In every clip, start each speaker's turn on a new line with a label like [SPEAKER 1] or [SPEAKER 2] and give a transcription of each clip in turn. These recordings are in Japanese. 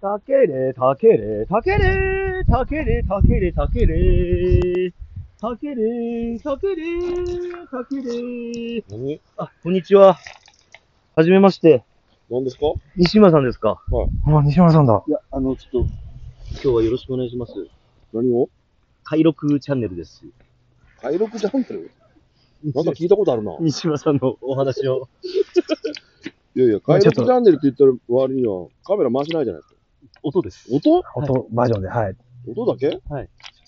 [SPEAKER 1] たけれ、たけれ、たけれ、たけれ、たけれ、たけれ、たけれ、たけれ、たけれ。
[SPEAKER 2] 何
[SPEAKER 1] あ、こんにちは。はじめまして。
[SPEAKER 2] 何ですか
[SPEAKER 1] 西村さんですか
[SPEAKER 2] はい。
[SPEAKER 1] あ、西村さんだ。
[SPEAKER 2] いや、あの、ちょっと、
[SPEAKER 1] 今日はよろしくお願いします。
[SPEAKER 2] 何を
[SPEAKER 1] 快録チャンネルです。
[SPEAKER 2] 解録ジャンネルなんか聞いたことあるな。い
[SPEAKER 1] 西村さんのお話を。
[SPEAKER 2] やいや、解録ジャンネルって言ったら割にはカメラ回しないじゃないですか。
[SPEAKER 1] 音です。
[SPEAKER 2] 音
[SPEAKER 3] 音バージョンで、はい。
[SPEAKER 2] 音だけ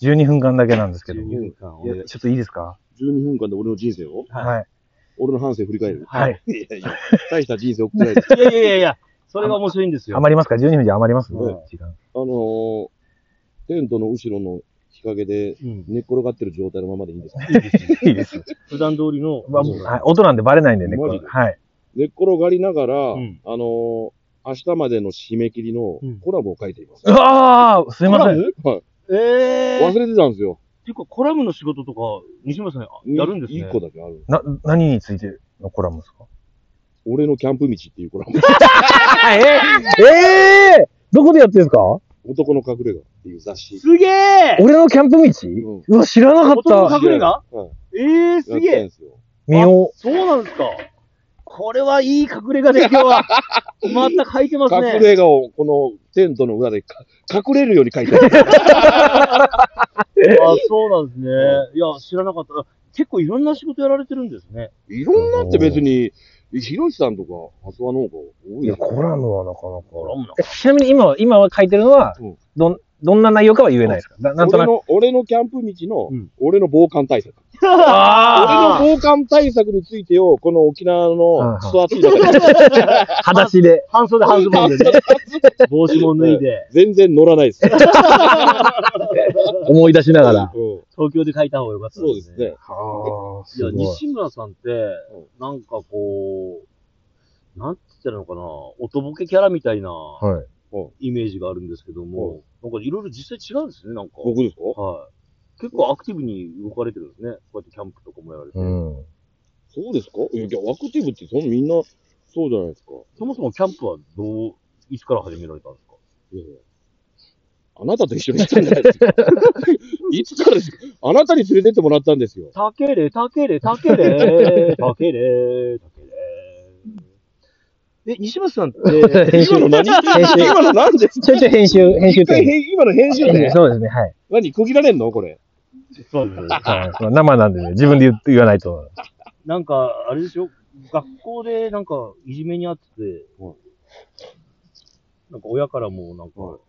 [SPEAKER 3] 12分間だけなんですけど。
[SPEAKER 1] 12
[SPEAKER 3] い
[SPEAKER 1] 分間お願い
[SPEAKER 3] やちょっといいですか
[SPEAKER 2] ?12 分間で俺の人生を
[SPEAKER 3] はい。
[SPEAKER 2] 俺の半生振り返る。
[SPEAKER 3] はい。
[SPEAKER 2] いやいや、大した人生送って ないです。
[SPEAKER 1] いやいやいやいや、それが面白いんですよ。
[SPEAKER 3] 余りますか ?12 分で余ります
[SPEAKER 1] うん
[SPEAKER 3] 時間。
[SPEAKER 2] あのー、テントの後ろの日陰で
[SPEAKER 1] うん
[SPEAKER 2] 寝っ転がってる状態のままでいいんですか
[SPEAKER 1] いいですよ
[SPEAKER 3] いいです。
[SPEAKER 1] 普段通りの。
[SPEAKER 3] まあ
[SPEAKER 2] そう
[SPEAKER 3] はい音なんでバレないんでね、こ
[SPEAKER 2] マジ
[SPEAKER 3] れ
[SPEAKER 2] で
[SPEAKER 3] はい。
[SPEAKER 2] 寝っ転がりながら、
[SPEAKER 1] ん
[SPEAKER 2] あのー、明日までの締め切りの
[SPEAKER 1] うん
[SPEAKER 2] コラボを書いています。
[SPEAKER 3] うわーすいません。
[SPEAKER 2] ん。はい。
[SPEAKER 1] ええ
[SPEAKER 2] 忘れてたんですよ。
[SPEAKER 1] ていうか、コラムの仕事とか、西村さんあやるんですね。
[SPEAKER 2] 1個だけある。
[SPEAKER 3] な、何についてのコラムですか
[SPEAKER 2] 俺のキャンプ道っていうコラ ボ。
[SPEAKER 3] ええーどこでやってるんですか
[SPEAKER 2] 男の隠れ家っていう雑誌。
[SPEAKER 1] すげえ
[SPEAKER 3] 俺のキャンプ道
[SPEAKER 2] うん。
[SPEAKER 3] うわ、知らなか
[SPEAKER 1] 男
[SPEAKER 3] った。
[SPEAKER 1] の隠れ家
[SPEAKER 2] うん
[SPEAKER 1] ええすげ
[SPEAKER 2] やってん
[SPEAKER 1] え
[SPEAKER 2] すよ。
[SPEAKER 3] 見よ
[SPEAKER 1] そうなんですかこれはいい隠れ家 で今日は。また書いてますね。
[SPEAKER 2] 隠れ家をこのテントの裏でか隠れるように書いてあ る。
[SPEAKER 1] あ、そうなんですね。いや、知らなかった。結構いろんな仕事やられてるんですね。
[SPEAKER 2] いろんなって別に、ひろしさんとか、あそわの方が多
[SPEAKER 3] う。
[SPEAKER 2] い
[SPEAKER 3] い
[SPEAKER 2] で
[SPEAKER 3] や、
[SPEAKER 2] しょ
[SPEAKER 3] コラムはなかな
[SPEAKER 1] コラ
[SPEAKER 3] か。
[SPEAKER 1] ムな。
[SPEAKER 3] えちなみに今は、今は書いてるのは
[SPEAKER 2] うん、
[SPEAKER 3] どん、どんな内容かは言えないですかななんと
[SPEAKER 2] 俺
[SPEAKER 3] なく。
[SPEAKER 2] の、俺のキャンプ道
[SPEAKER 1] う
[SPEAKER 2] の
[SPEAKER 1] ん、
[SPEAKER 2] 俺の防寒対策。
[SPEAKER 1] あ
[SPEAKER 2] 俺の防寒対策についてを、この沖縄のクソ暑い中で、
[SPEAKER 3] 裸足で。
[SPEAKER 1] 半袖半ズボンでね。帽子も脱いで。
[SPEAKER 2] 全然乗らないです。うん
[SPEAKER 3] 思い出しながら。
[SPEAKER 1] 東京で書いた方がよかった、
[SPEAKER 2] そうですね。。
[SPEAKER 3] はあ、
[SPEAKER 1] いや、西村さんって、なんかこう、なんて言ったらいいのかな、音ボケキャラみたいな
[SPEAKER 3] はい。
[SPEAKER 1] イメージがあるんですけども、なんかいろいろ実際違うんですね、なんか。
[SPEAKER 2] 僕ですか
[SPEAKER 1] はい。結構アクティブに動かれてるんですね。こうやってキャンプとかもやられて。
[SPEAKER 3] うん。
[SPEAKER 2] そうですかいや、アクティブってそんなみんなそうじゃないですか。
[SPEAKER 1] そもそもキャンプはどう、いつから始められたんですか
[SPEAKER 2] いやいやあなたと一緒に行ったんじゃないです か。いつからですかあなたに連れてってもらったんですよ。
[SPEAKER 1] たけれ、たけれ、たけれ、 たけれ、たけれ。え、西松さんって、
[SPEAKER 3] 編集
[SPEAKER 2] 今の何
[SPEAKER 3] 編集
[SPEAKER 2] 今の何です
[SPEAKER 3] ちょいちょい編集、編集
[SPEAKER 2] 一回
[SPEAKER 3] 点。
[SPEAKER 2] 編今の編集で
[SPEAKER 3] そうですね、はい。
[SPEAKER 2] 何区切られんのこれ。
[SPEAKER 1] そうです
[SPEAKER 3] はい生なんでね、自分で言言わないと。
[SPEAKER 1] なんか、あれでしょ学校でなんか、いじめにあってて
[SPEAKER 2] うん、
[SPEAKER 1] なんか親からもなん
[SPEAKER 2] うん
[SPEAKER 1] か、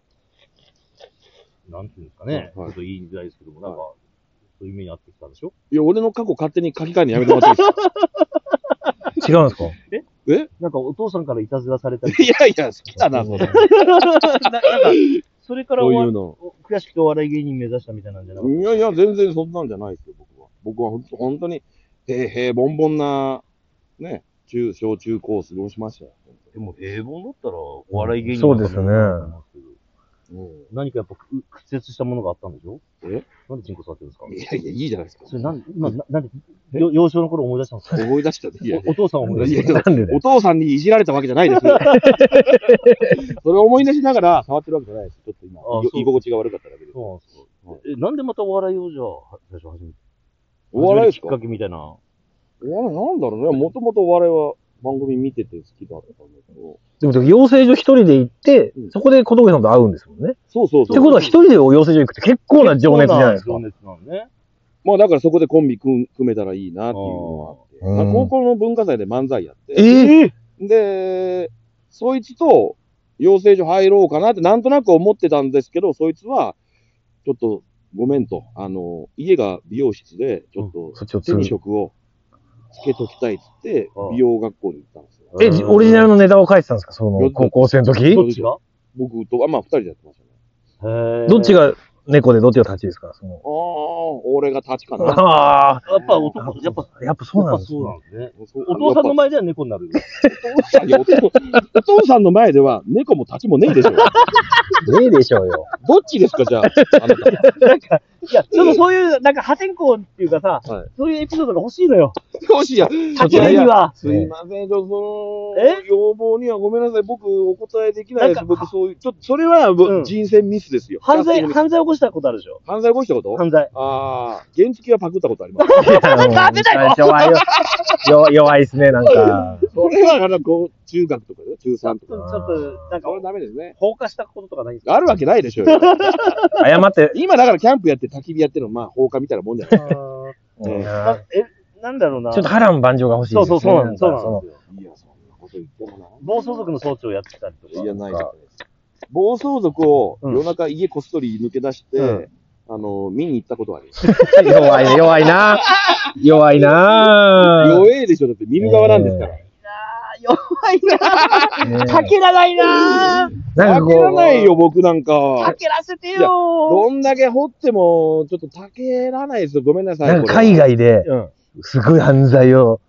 [SPEAKER 1] なんていうんですかね、ち
[SPEAKER 2] うん
[SPEAKER 1] ょ
[SPEAKER 2] はい
[SPEAKER 1] っと言いづらいですけども、なんか、そういう目にあってきたんでしょ
[SPEAKER 2] いや、俺の過去勝手に書き換えるのやめてもらっていい
[SPEAKER 3] 違うんですか
[SPEAKER 1] なんかお父さんからいたずらされたり
[SPEAKER 2] ですかいやいや、好きだな、それ。こ
[SPEAKER 1] ななんか、それから
[SPEAKER 2] う
[SPEAKER 1] お
[SPEAKER 2] い
[SPEAKER 1] 笑
[SPEAKER 2] う
[SPEAKER 1] い
[SPEAKER 2] の。
[SPEAKER 1] 悔しくてお笑い芸人目指したみたいなんじゃなかっ
[SPEAKER 2] いやいや、全然そんなんじゃないですよ、僕は。僕はほんと本当に、平平凡凡な、ね、中、小中高を過ごしましたよ。
[SPEAKER 1] た。でも平凡だったらお笑い芸人
[SPEAKER 3] そうですね
[SPEAKER 2] う
[SPEAKER 1] 何かやっぱく屈折したものがあったんでしょ
[SPEAKER 2] え
[SPEAKER 1] なんでチンコ触ってるんですか
[SPEAKER 2] んいやいや、いいじゃないですか。
[SPEAKER 1] それなん、今、ななんで、よ幼少の頃思い出したんですか
[SPEAKER 2] 思い出したって、いや、
[SPEAKER 1] おお父さんを思い出した。
[SPEAKER 2] いや
[SPEAKER 3] なんでだ
[SPEAKER 2] お
[SPEAKER 3] よ。
[SPEAKER 2] 父さんにいじられたわけじゃないで すよ。それを思い出しながら触ってるわけじゃないです。ちょっと今
[SPEAKER 1] あそう、
[SPEAKER 2] 居心地が悪かっただけで。
[SPEAKER 1] そうなんですか
[SPEAKER 2] はい。
[SPEAKER 1] え、なんでまたお笑いをじゃあ、は最初始め
[SPEAKER 2] お笑いです
[SPEAKER 1] き
[SPEAKER 2] か
[SPEAKER 1] っかけみたいな。は
[SPEAKER 2] お笑いなんだろうね。もともとお笑いは番組見てて好きだったんだけど。
[SPEAKER 3] でも、養成所一人で行って
[SPEAKER 2] うん、
[SPEAKER 3] そこで小峠さんと会うんですもんね。
[SPEAKER 2] そうそう
[SPEAKER 3] って
[SPEAKER 2] そう。
[SPEAKER 3] ことは、一人で養成所行くって結構な情熱じゃないですか
[SPEAKER 1] 情。熱なんね。
[SPEAKER 2] まあだからそこでコンビ組ん組めたらいいなっていうのがあって。
[SPEAKER 3] あー
[SPEAKER 2] まあ高校の文化祭で漫才やって。
[SPEAKER 3] ええ
[SPEAKER 2] で、そいつと養成所入ろうかなってなんとなく思ってたんですけど、そいつは、ちょっと、ごめんと。あの、家が美容室で、ちょっと、
[SPEAKER 3] そっちを
[SPEAKER 2] 手
[SPEAKER 3] 通
[SPEAKER 2] に
[SPEAKER 3] じ。
[SPEAKER 2] 職をつけときたいっつって
[SPEAKER 1] ああ、
[SPEAKER 2] 美容学校に行ったんですよ。
[SPEAKER 3] え、じオリジナルのネタを書いてたんですかその、高校生の時
[SPEAKER 1] どっちが
[SPEAKER 2] 僕と、あ、まあ、二人でやってましたね。
[SPEAKER 1] へー
[SPEAKER 3] どっちが猫でどっちが立ちですかその
[SPEAKER 2] ああ、俺が立ちか な。
[SPEAKER 3] ああ。
[SPEAKER 1] やっぱ男、やっぱ、
[SPEAKER 3] やっぱそうなんですね
[SPEAKER 1] やっぱそうなんですね。
[SPEAKER 2] お
[SPEAKER 1] お父さんの前では猫になるよ。
[SPEAKER 2] 前お 父お父さんの前では猫も立ちもねえでしょ。
[SPEAKER 3] ねえでしょうよ。
[SPEAKER 2] どっちですか、じゃあ。あなた。
[SPEAKER 1] いや、ちょっとそういう、なんか破天荒っていうかさ、
[SPEAKER 2] はい
[SPEAKER 1] そういうエピソードが欲しいのよ。
[SPEAKER 2] よしや。
[SPEAKER 1] タケルには。
[SPEAKER 2] すいません、ちょっとその
[SPEAKER 1] え、
[SPEAKER 2] 要望にはごめんなさい。僕、お答えできないで
[SPEAKER 1] な
[SPEAKER 2] す。
[SPEAKER 1] んか
[SPEAKER 2] 僕、そういう、ちょっと、それは、
[SPEAKER 1] うん
[SPEAKER 2] 人選ミスですよ。
[SPEAKER 1] 犯罪、
[SPEAKER 2] キャスティング
[SPEAKER 1] 犯
[SPEAKER 2] ミス
[SPEAKER 1] 罪起こしたことあるでしょ
[SPEAKER 2] 犯罪起こしたこと
[SPEAKER 1] 犯罪。
[SPEAKER 2] ああ、原付はパクったことあり ます。
[SPEAKER 1] なんでだよ
[SPEAKER 3] 弱いよ。弱弱いですね、なんか。
[SPEAKER 2] それは、あの、こう、中学とかで、中3と
[SPEAKER 1] ち
[SPEAKER 2] か。
[SPEAKER 1] ょっと、なんか
[SPEAKER 2] こ、れダメですね。
[SPEAKER 1] 放火したこととかないんですか
[SPEAKER 2] あるわけないでしょう よ。
[SPEAKER 3] 謝って。
[SPEAKER 2] 今だからキャンプやって焚き火やってるの、まあ放火みたいなもんじゃない。う
[SPEAKER 3] う
[SPEAKER 2] ん
[SPEAKER 3] んち
[SPEAKER 1] あ
[SPEAKER 3] ょ
[SPEAKER 1] え、なんだろうな。
[SPEAKER 3] っと波乱万丈が欲しいです
[SPEAKER 1] そ
[SPEAKER 3] ね。
[SPEAKER 1] うそうそうなんです
[SPEAKER 3] か
[SPEAKER 1] そうなんですよ。
[SPEAKER 2] いや、そんなこと言っても
[SPEAKER 1] 暴走族の装置をやってたりとか。
[SPEAKER 2] な。いや、ないです。暴走族を
[SPEAKER 1] うん
[SPEAKER 2] 夜中家こっそり抜け出して、
[SPEAKER 1] うん
[SPEAKER 2] あの、見に行ったことはあります。
[SPEAKER 3] その弱いね、弱いな。弱いな。
[SPEAKER 2] 弱えでしょ、だって見る側なんですから。
[SPEAKER 1] 弱いな
[SPEAKER 3] ね
[SPEAKER 1] かけらないな
[SPEAKER 3] なんか
[SPEAKER 2] 避けらない
[SPEAKER 3] こ
[SPEAKER 2] よ、僕なん
[SPEAKER 1] か
[SPEAKER 2] か。
[SPEAKER 1] けらせて
[SPEAKER 2] いや
[SPEAKER 1] よ
[SPEAKER 2] どんだけ掘っても、ちょっと避けらないですよ。ごめんな
[SPEAKER 3] う、
[SPEAKER 2] さい。
[SPEAKER 3] なんか海外で
[SPEAKER 1] うん。
[SPEAKER 3] すごい犯罪を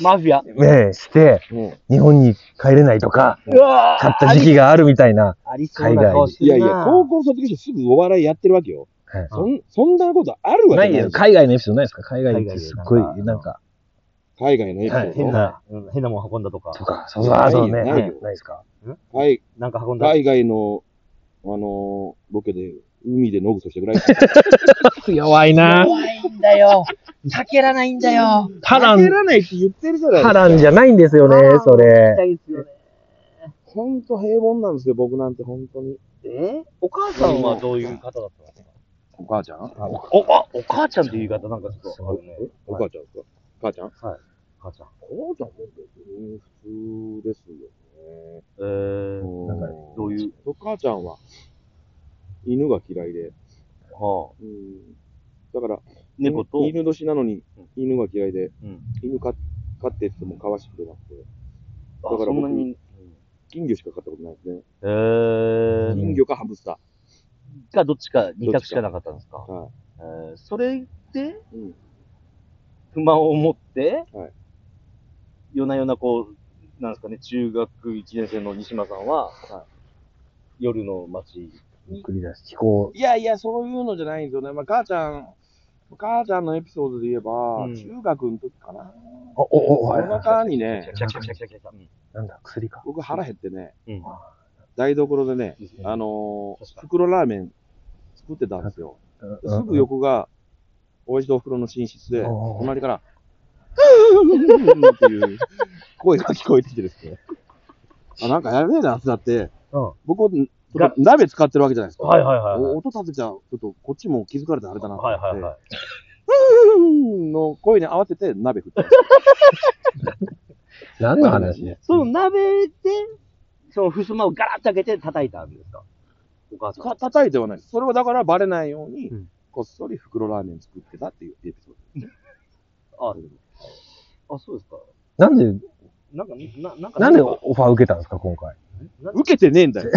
[SPEAKER 1] マフィア。
[SPEAKER 3] ね、して、
[SPEAKER 2] これは。うん
[SPEAKER 3] 日本に帰れないとか、
[SPEAKER 1] うわ
[SPEAKER 3] 買った時期があるみたいな。
[SPEAKER 1] ありそうな顔して
[SPEAKER 2] いや
[SPEAKER 1] る
[SPEAKER 2] い
[SPEAKER 1] な
[SPEAKER 2] や、高校卒業してすぐお笑いやってるわけよ。
[SPEAKER 3] はい
[SPEAKER 2] そんそんなことあるわ
[SPEAKER 3] な
[SPEAKER 2] け
[SPEAKER 3] い
[SPEAKER 2] ない
[SPEAKER 3] よ。
[SPEAKER 2] よ。
[SPEAKER 3] 海外のエピソードないですか海外のエピソードすっご
[SPEAKER 1] 海外で
[SPEAKER 3] い、
[SPEAKER 1] な
[SPEAKER 3] なんん
[SPEAKER 1] か
[SPEAKER 3] か、
[SPEAKER 2] 海外のエピソ
[SPEAKER 3] はい
[SPEAKER 2] ー
[SPEAKER 1] 変
[SPEAKER 2] ド。
[SPEAKER 1] な、うん変なもん運んだとか
[SPEAKER 3] と。か、そうそう、あそうね。
[SPEAKER 2] ないよな
[SPEAKER 3] は
[SPEAKER 2] いい
[SPEAKER 3] ない
[SPEAKER 2] よ
[SPEAKER 3] ですか
[SPEAKER 2] はい、
[SPEAKER 1] なんか運んだ。
[SPEAKER 2] 海外の、あのーロケで、海でノグソしたぐらい。避
[SPEAKER 3] 弱いな。
[SPEAKER 1] 怖いんだよ。避けらないんだよ。
[SPEAKER 3] 波
[SPEAKER 2] け
[SPEAKER 3] 乱、
[SPEAKER 2] らないって言ってるじゃないですか。
[SPEAKER 3] 波乱じゃないんですよね、それ。
[SPEAKER 2] ほんと平凡なんですよ、僕なんて、本当に。
[SPEAKER 1] えお母さんはどういう方だったんですか
[SPEAKER 2] お母ちゃん
[SPEAKER 1] お、あ、お母ちゃんっていう言い方なんかちょっとあるね。
[SPEAKER 2] お母ちゃんですか母ちゃん
[SPEAKER 1] お母ちゃん。
[SPEAKER 2] 母ちゃんも別に普通ですよね。
[SPEAKER 1] えー、
[SPEAKER 2] うん
[SPEAKER 3] なんか
[SPEAKER 1] どういう、
[SPEAKER 2] お母ちゃんは、犬が嫌いで、
[SPEAKER 1] はあ、
[SPEAKER 2] うんだから、
[SPEAKER 1] 猫と、
[SPEAKER 2] 犬年なのに、犬が嫌いで、
[SPEAKER 1] うん。
[SPEAKER 2] 犬飼飼ってって言っても飼わしてくれなくて、
[SPEAKER 1] あ
[SPEAKER 2] だから
[SPEAKER 1] そんな
[SPEAKER 2] 僕
[SPEAKER 1] に、
[SPEAKER 2] 金魚しか飼ったことないですね。
[SPEAKER 1] えー、
[SPEAKER 2] 金魚かハムスタ
[SPEAKER 1] かどっちか二択しかなかったんですか
[SPEAKER 2] ー。はい
[SPEAKER 1] えー、それで、
[SPEAKER 2] うん
[SPEAKER 1] 不満を持って、
[SPEAKER 2] はい
[SPEAKER 1] 夜な夜なこう、なんですかね、中学1年生の西間さんは、夜の街、
[SPEAKER 3] 繰り出し、飛行。
[SPEAKER 2] いやいや、そういうのじゃないんですよね。まあ、母ちゃん、母ちゃんのエピソードで言えば、
[SPEAKER 1] うん
[SPEAKER 2] 中学の時かな。
[SPEAKER 3] お、お、お、
[SPEAKER 2] 夜
[SPEAKER 3] あ
[SPEAKER 2] 中にね、
[SPEAKER 1] キャキャキャキャキャキャうん
[SPEAKER 3] なんだ、薬か。
[SPEAKER 2] 僕腹減ってね、
[SPEAKER 1] うん
[SPEAKER 2] 台所でね、あのー袋ラーメン作ってたんですよ。すぐ横が、おやじとお袋の寝室で、
[SPEAKER 3] おうおう
[SPEAKER 2] 隣から、っていう声が聞こえてきてですね。あ、なんかやべえな、だって
[SPEAKER 1] うん。
[SPEAKER 2] 僕、鍋使ってるわけじゃないですか。
[SPEAKER 1] はいはいはいはい。
[SPEAKER 2] お音立てちゃう。ちょっと、こっちも気づかれてあれだなと
[SPEAKER 1] は
[SPEAKER 2] 思
[SPEAKER 1] い
[SPEAKER 2] って。
[SPEAKER 1] はいはい。
[SPEAKER 2] の声に合わせて鍋振って
[SPEAKER 3] 何の話
[SPEAKER 2] ね。
[SPEAKER 1] その鍋で、その襖をガラッと開けて叩いたんですかお母さん。
[SPEAKER 2] か叩いてはないです。それはだからバレないように、
[SPEAKER 1] うん
[SPEAKER 2] こっそり袋ラーメン作ってたっていうエピソー
[SPEAKER 1] あ、あ、そうですか。
[SPEAKER 3] なんで、
[SPEAKER 1] なんか、ななんか、
[SPEAKER 3] なんでオファー受けたんですか、今回。
[SPEAKER 1] なんか
[SPEAKER 2] ド。受けてねえん だよ。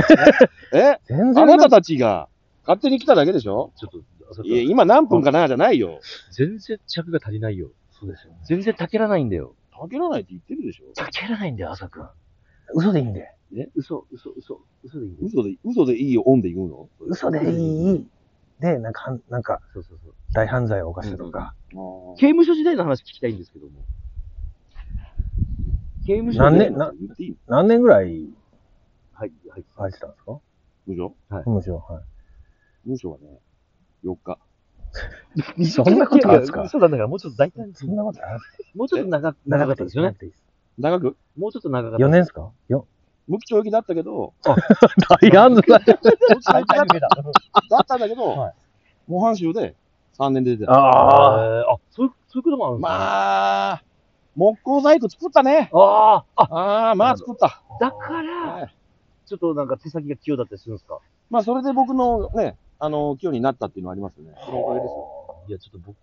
[SPEAKER 2] え
[SPEAKER 3] 全
[SPEAKER 2] あ
[SPEAKER 3] 然な。
[SPEAKER 2] ないたたちが勝手に来ただけでしょ
[SPEAKER 1] ちょっと、それ
[SPEAKER 2] いや、今何分かなじゃないよ。
[SPEAKER 1] 全然着が足りないよ。そうですよ、ね。全然たけらないんだよ。
[SPEAKER 2] たけらないって言ってるでしょ
[SPEAKER 1] たけらないんだよ、朝くん。
[SPEAKER 3] 嘘でいいんで。
[SPEAKER 1] え、嘘、嘘、嘘、嘘でいいんだよ。
[SPEAKER 2] 嘘で、嘘でいいよ、オンで言うの
[SPEAKER 3] 嘘でいい。で、なんか、なんか、
[SPEAKER 1] そうそうそう。
[SPEAKER 3] 大犯罪を犯したとか。
[SPEAKER 2] あ
[SPEAKER 1] 刑務所時代の話聞きたいんですけども。刑務所
[SPEAKER 3] 何
[SPEAKER 1] で
[SPEAKER 3] 年
[SPEAKER 2] あ。言っていいの
[SPEAKER 3] 何年ぐらい
[SPEAKER 1] はい、はい。
[SPEAKER 3] 入ってたんですか
[SPEAKER 2] 無償
[SPEAKER 3] むしろ、はい。
[SPEAKER 2] 無償はね、4日。
[SPEAKER 3] そんなことあるんですか
[SPEAKER 1] いや嘘なんだから、もうちょっと大胆に
[SPEAKER 3] そんなことある
[SPEAKER 1] もうちょっと長長かったですよね。。
[SPEAKER 2] 長く
[SPEAKER 1] もうちょっと長かった。
[SPEAKER 3] 4年ですかよ
[SPEAKER 2] 無期懲役だったけど、
[SPEAKER 3] 大犯罪。
[SPEAKER 1] 大胆だ。
[SPEAKER 2] だったんだけど、
[SPEAKER 3] は
[SPEAKER 2] 模範囚で3年で出てた。
[SPEAKER 3] ああ。
[SPEAKER 1] あーあ、そういう、そういうこともあるんですね。
[SPEAKER 2] まあ、木工細工作ったね。
[SPEAKER 1] あーあ、
[SPEAKER 2] ああ、まあ作った。
[SPEAKER 1] だから、
[SPEAKER 2] はい
[SPEAKER 1] ちょっとなんか手先が器用だったりするんですか
[SPEAKER 2] まあそれで僕のね、あの、器用になったっていうのはありますよね。そのおかげですよ。
[SPEAKER 1] いや、ちょっと僕、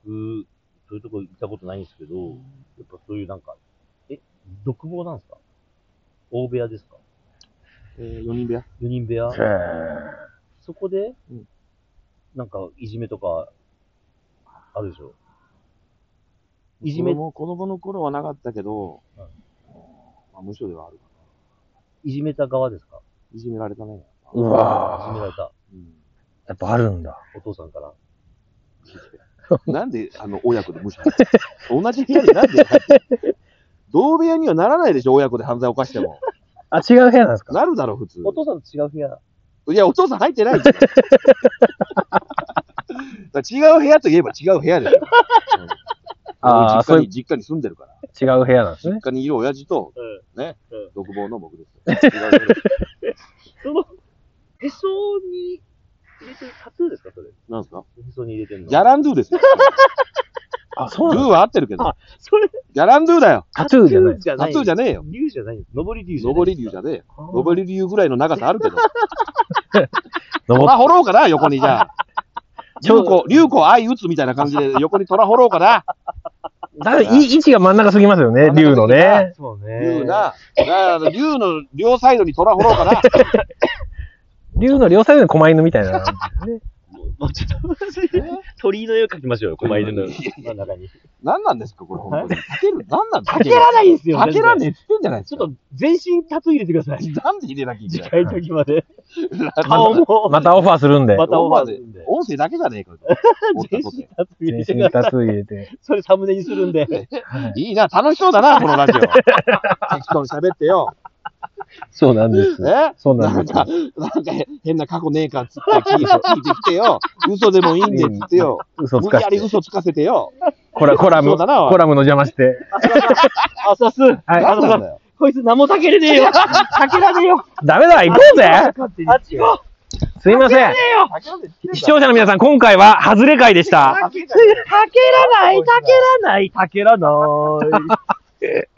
[SPEAKER 1] そういうとこ行ったことないんですけど、やっぱそういうなんか、え、独房なんですか大部屋ですか
[SPEAKER 2] えー、4人部屋。
[SPEAKER 1] 四人部屋
[SPEAKER 3] へえ
[SPEAKER 1] そこで、
[SPEAKER 2] うん
[SPEAKER 1] なんか、いじめとか、あるでしょいじめ
[SPEAKER 2] 子供子供の頃はなかったけど、
[SPEAKER 1] はい
[SPEAKER 2] まあ無償ではあるか
[SPEAKER 1] いじめた側ですか
[SPEAKER 2] な。いじめられたね。
[SPEAKER 3] うわ
[SPEAKER 1] いじめられた。
[SPEAKER 2] うん
[SPEAKER 3] やっぱあるんだ。
[SPEAKER 1] お父さんから。
[SPEAKER 2] なんで、あの、親子で無視同じ部屋でなんで同部屋にはならないでしょ、親子で犯罪を犯しても。
[SPEAKER 3] あ、違う部屋なんですか
[SPEAKER 2] なるだろ、普通。
[SPEAKER 1] お父さんと違う部屋。
[SPEAKER 2] いや、お父さん入ってないですよだから違う部屋といえば違う部屋ですよ。うん
[SPEAKER 3] あー
[SPEAKER 2] 実家
[SPEAKER 3] そうい
[SPEAKER 2] に、
[SPEAKER 3] う
[SPEAKER 2] 実家に住んでるから。
[SPEAKER 3] 違う部屋なんです
[SPEAKER 2] 実
[SPEAKER 3] ね。
[SPEAKER 2] 家にいる親父と、
[SPEAKER 1] うん。
[SPEAKER 2] ね
[SPEAKER 1] うん、
[SPEAKER 2] 独房の僕 ですよ。違う部屋です
[SPEAKER 1] その、へそに入れてるタトゥーですかそれ。へ
[SPEAKER 2] なんですか
[SPEAKER 1] そに入れてるの。
[SPEAKER 2] ギャランドゥですよ。
[SPEAKER 3] あ、そ
[SPEAKER 2] ド
[SPEAKER 3] うなん
[SPEAKER 2] ゥは合ってるけど、
[SPEAKER 1] あそれ、
[SPEAKER 2] ギャランドゥだよ。
[SPEAKER 3] タトゥーじゃない。
[SPEAKER 1] じゃ
[SPEAKER 2] タトゥーじゃ
[SPEAKER 1] ない。
[SPEAKER 2] ねえよ。
[SPEAKER 1] 竜じゃないよ。上り竜じゃない。
[SPEAKER 2] 上り竜じゃねえよ。
[SPEAKER 1] あー
[SPEAKER 2] 上り竜ぐらいの長さあ るけど。
[SPEAKER 3] 登っ
[SPEAKER 2] 虎掘ろうかな、横にじゃ あ。
[SPEAKER 3] ちょ
[SPEAKER 2] 竜子、竜子愛打つみたいな感じで、横に虎掘ろうかな。
[SPEAKER 3] だい位置が真ん中すぎますよね、竜のね。
[SPEAKER 1] そうね。
[SPEAKER 2] 竜な。だからあの竜の両サイドに虎掘ろうかな。
[SPEAKER 3] 竜の両サイドに狛犬みた いな。
[SPEAKER 1] もうちょっと、鳥居の絵を描きましょうよ。狛犬の真ん中に。
[SPEAKER 2] 何なんですか、これ、本当に。かける、何なん
[SPEAKER 1] かけらないんですよ。
[SPEAKER 2] かけらねえ
[SPEAKER 1] え。
[SPEAKER 2] って言ってんじゃないです
[SPEAKER 1] ち
[SPEAKER 2] か。
[SPEAKER 1] ょっと、全身タトゥー入れてください。
[SPEAKER 2] なんで入れなきゃいけ
[SPEAKER 1] 次
[SPEAKER 2] ない
[SPEAKER 1] 回時まで。顔
[SPEAKER 2] 顔も
[SPEAKER 1] も、
[SPEAKER 3] またオファーするんで。
[SPEAKER 1] またオファーするんで。
[SPEAKER 2] 音声だけじゃねえか。折った
[SPEAKER 1] 全
[SPEAKER 2] と
[SPEAKER 1] 身
[SPEAKER 2] て
[SPEAKER 1] タトゥー入れてく
[SPEAKER 3] 全身に
[SPEAKER 1] ださ
[SPEAKER 3] タトゥー入れて
[SPEAKER 1] い。。それサムネにするんで。
[SPEAKER 2] いいな、楽しそうだな、このラジオ。適当に喋ってよ。
[SPEAKER 3] そうなんです。
[SPEAKER 2] ね
[SPEAKER 3] そうな
[SPEAKER 2] なんん
[SPEAKER 3] で
[SPEAKER 2] か、なんか変な過去ねえかっつって聞いて聞いてきてよ。嘘でもいいんでっつってよ。
[SPEAKER 3] す。嘘つ
[SPEAKER 2] 無
[SPEAKER 3] か
[SPEAKER 2] 理
[SPEAKER 3] し
[SPEAKER 2] やり
[SPEAKER 3] て。
[SPEAKER 2] 嘘つかせてよ。
[SPEAKER 3] コラコラ
[SPEAKER 2] そ
[SPEAKER 3] ム、
[SPEAKER 2] うだなおい
[SPEAKER 3] コラムの邪魔して。
[SPEAKER 1] 浅す。
[SPEAKER 3] はい
[SPEAKER 2] 何なんだよ。
[SPEAKER 1] こいつ何も避けれねえよ。避けらねえよ。
[SPEAKER 3] ダメだ、行こう ぜ
[SPEAKER 1] あっち行こ
[SPEAKER 3] すいません。視聴者の皆さん、今回は、ハズレ会でした。
[SPEAKER 1] う。避けらない、避けらない、避けらない。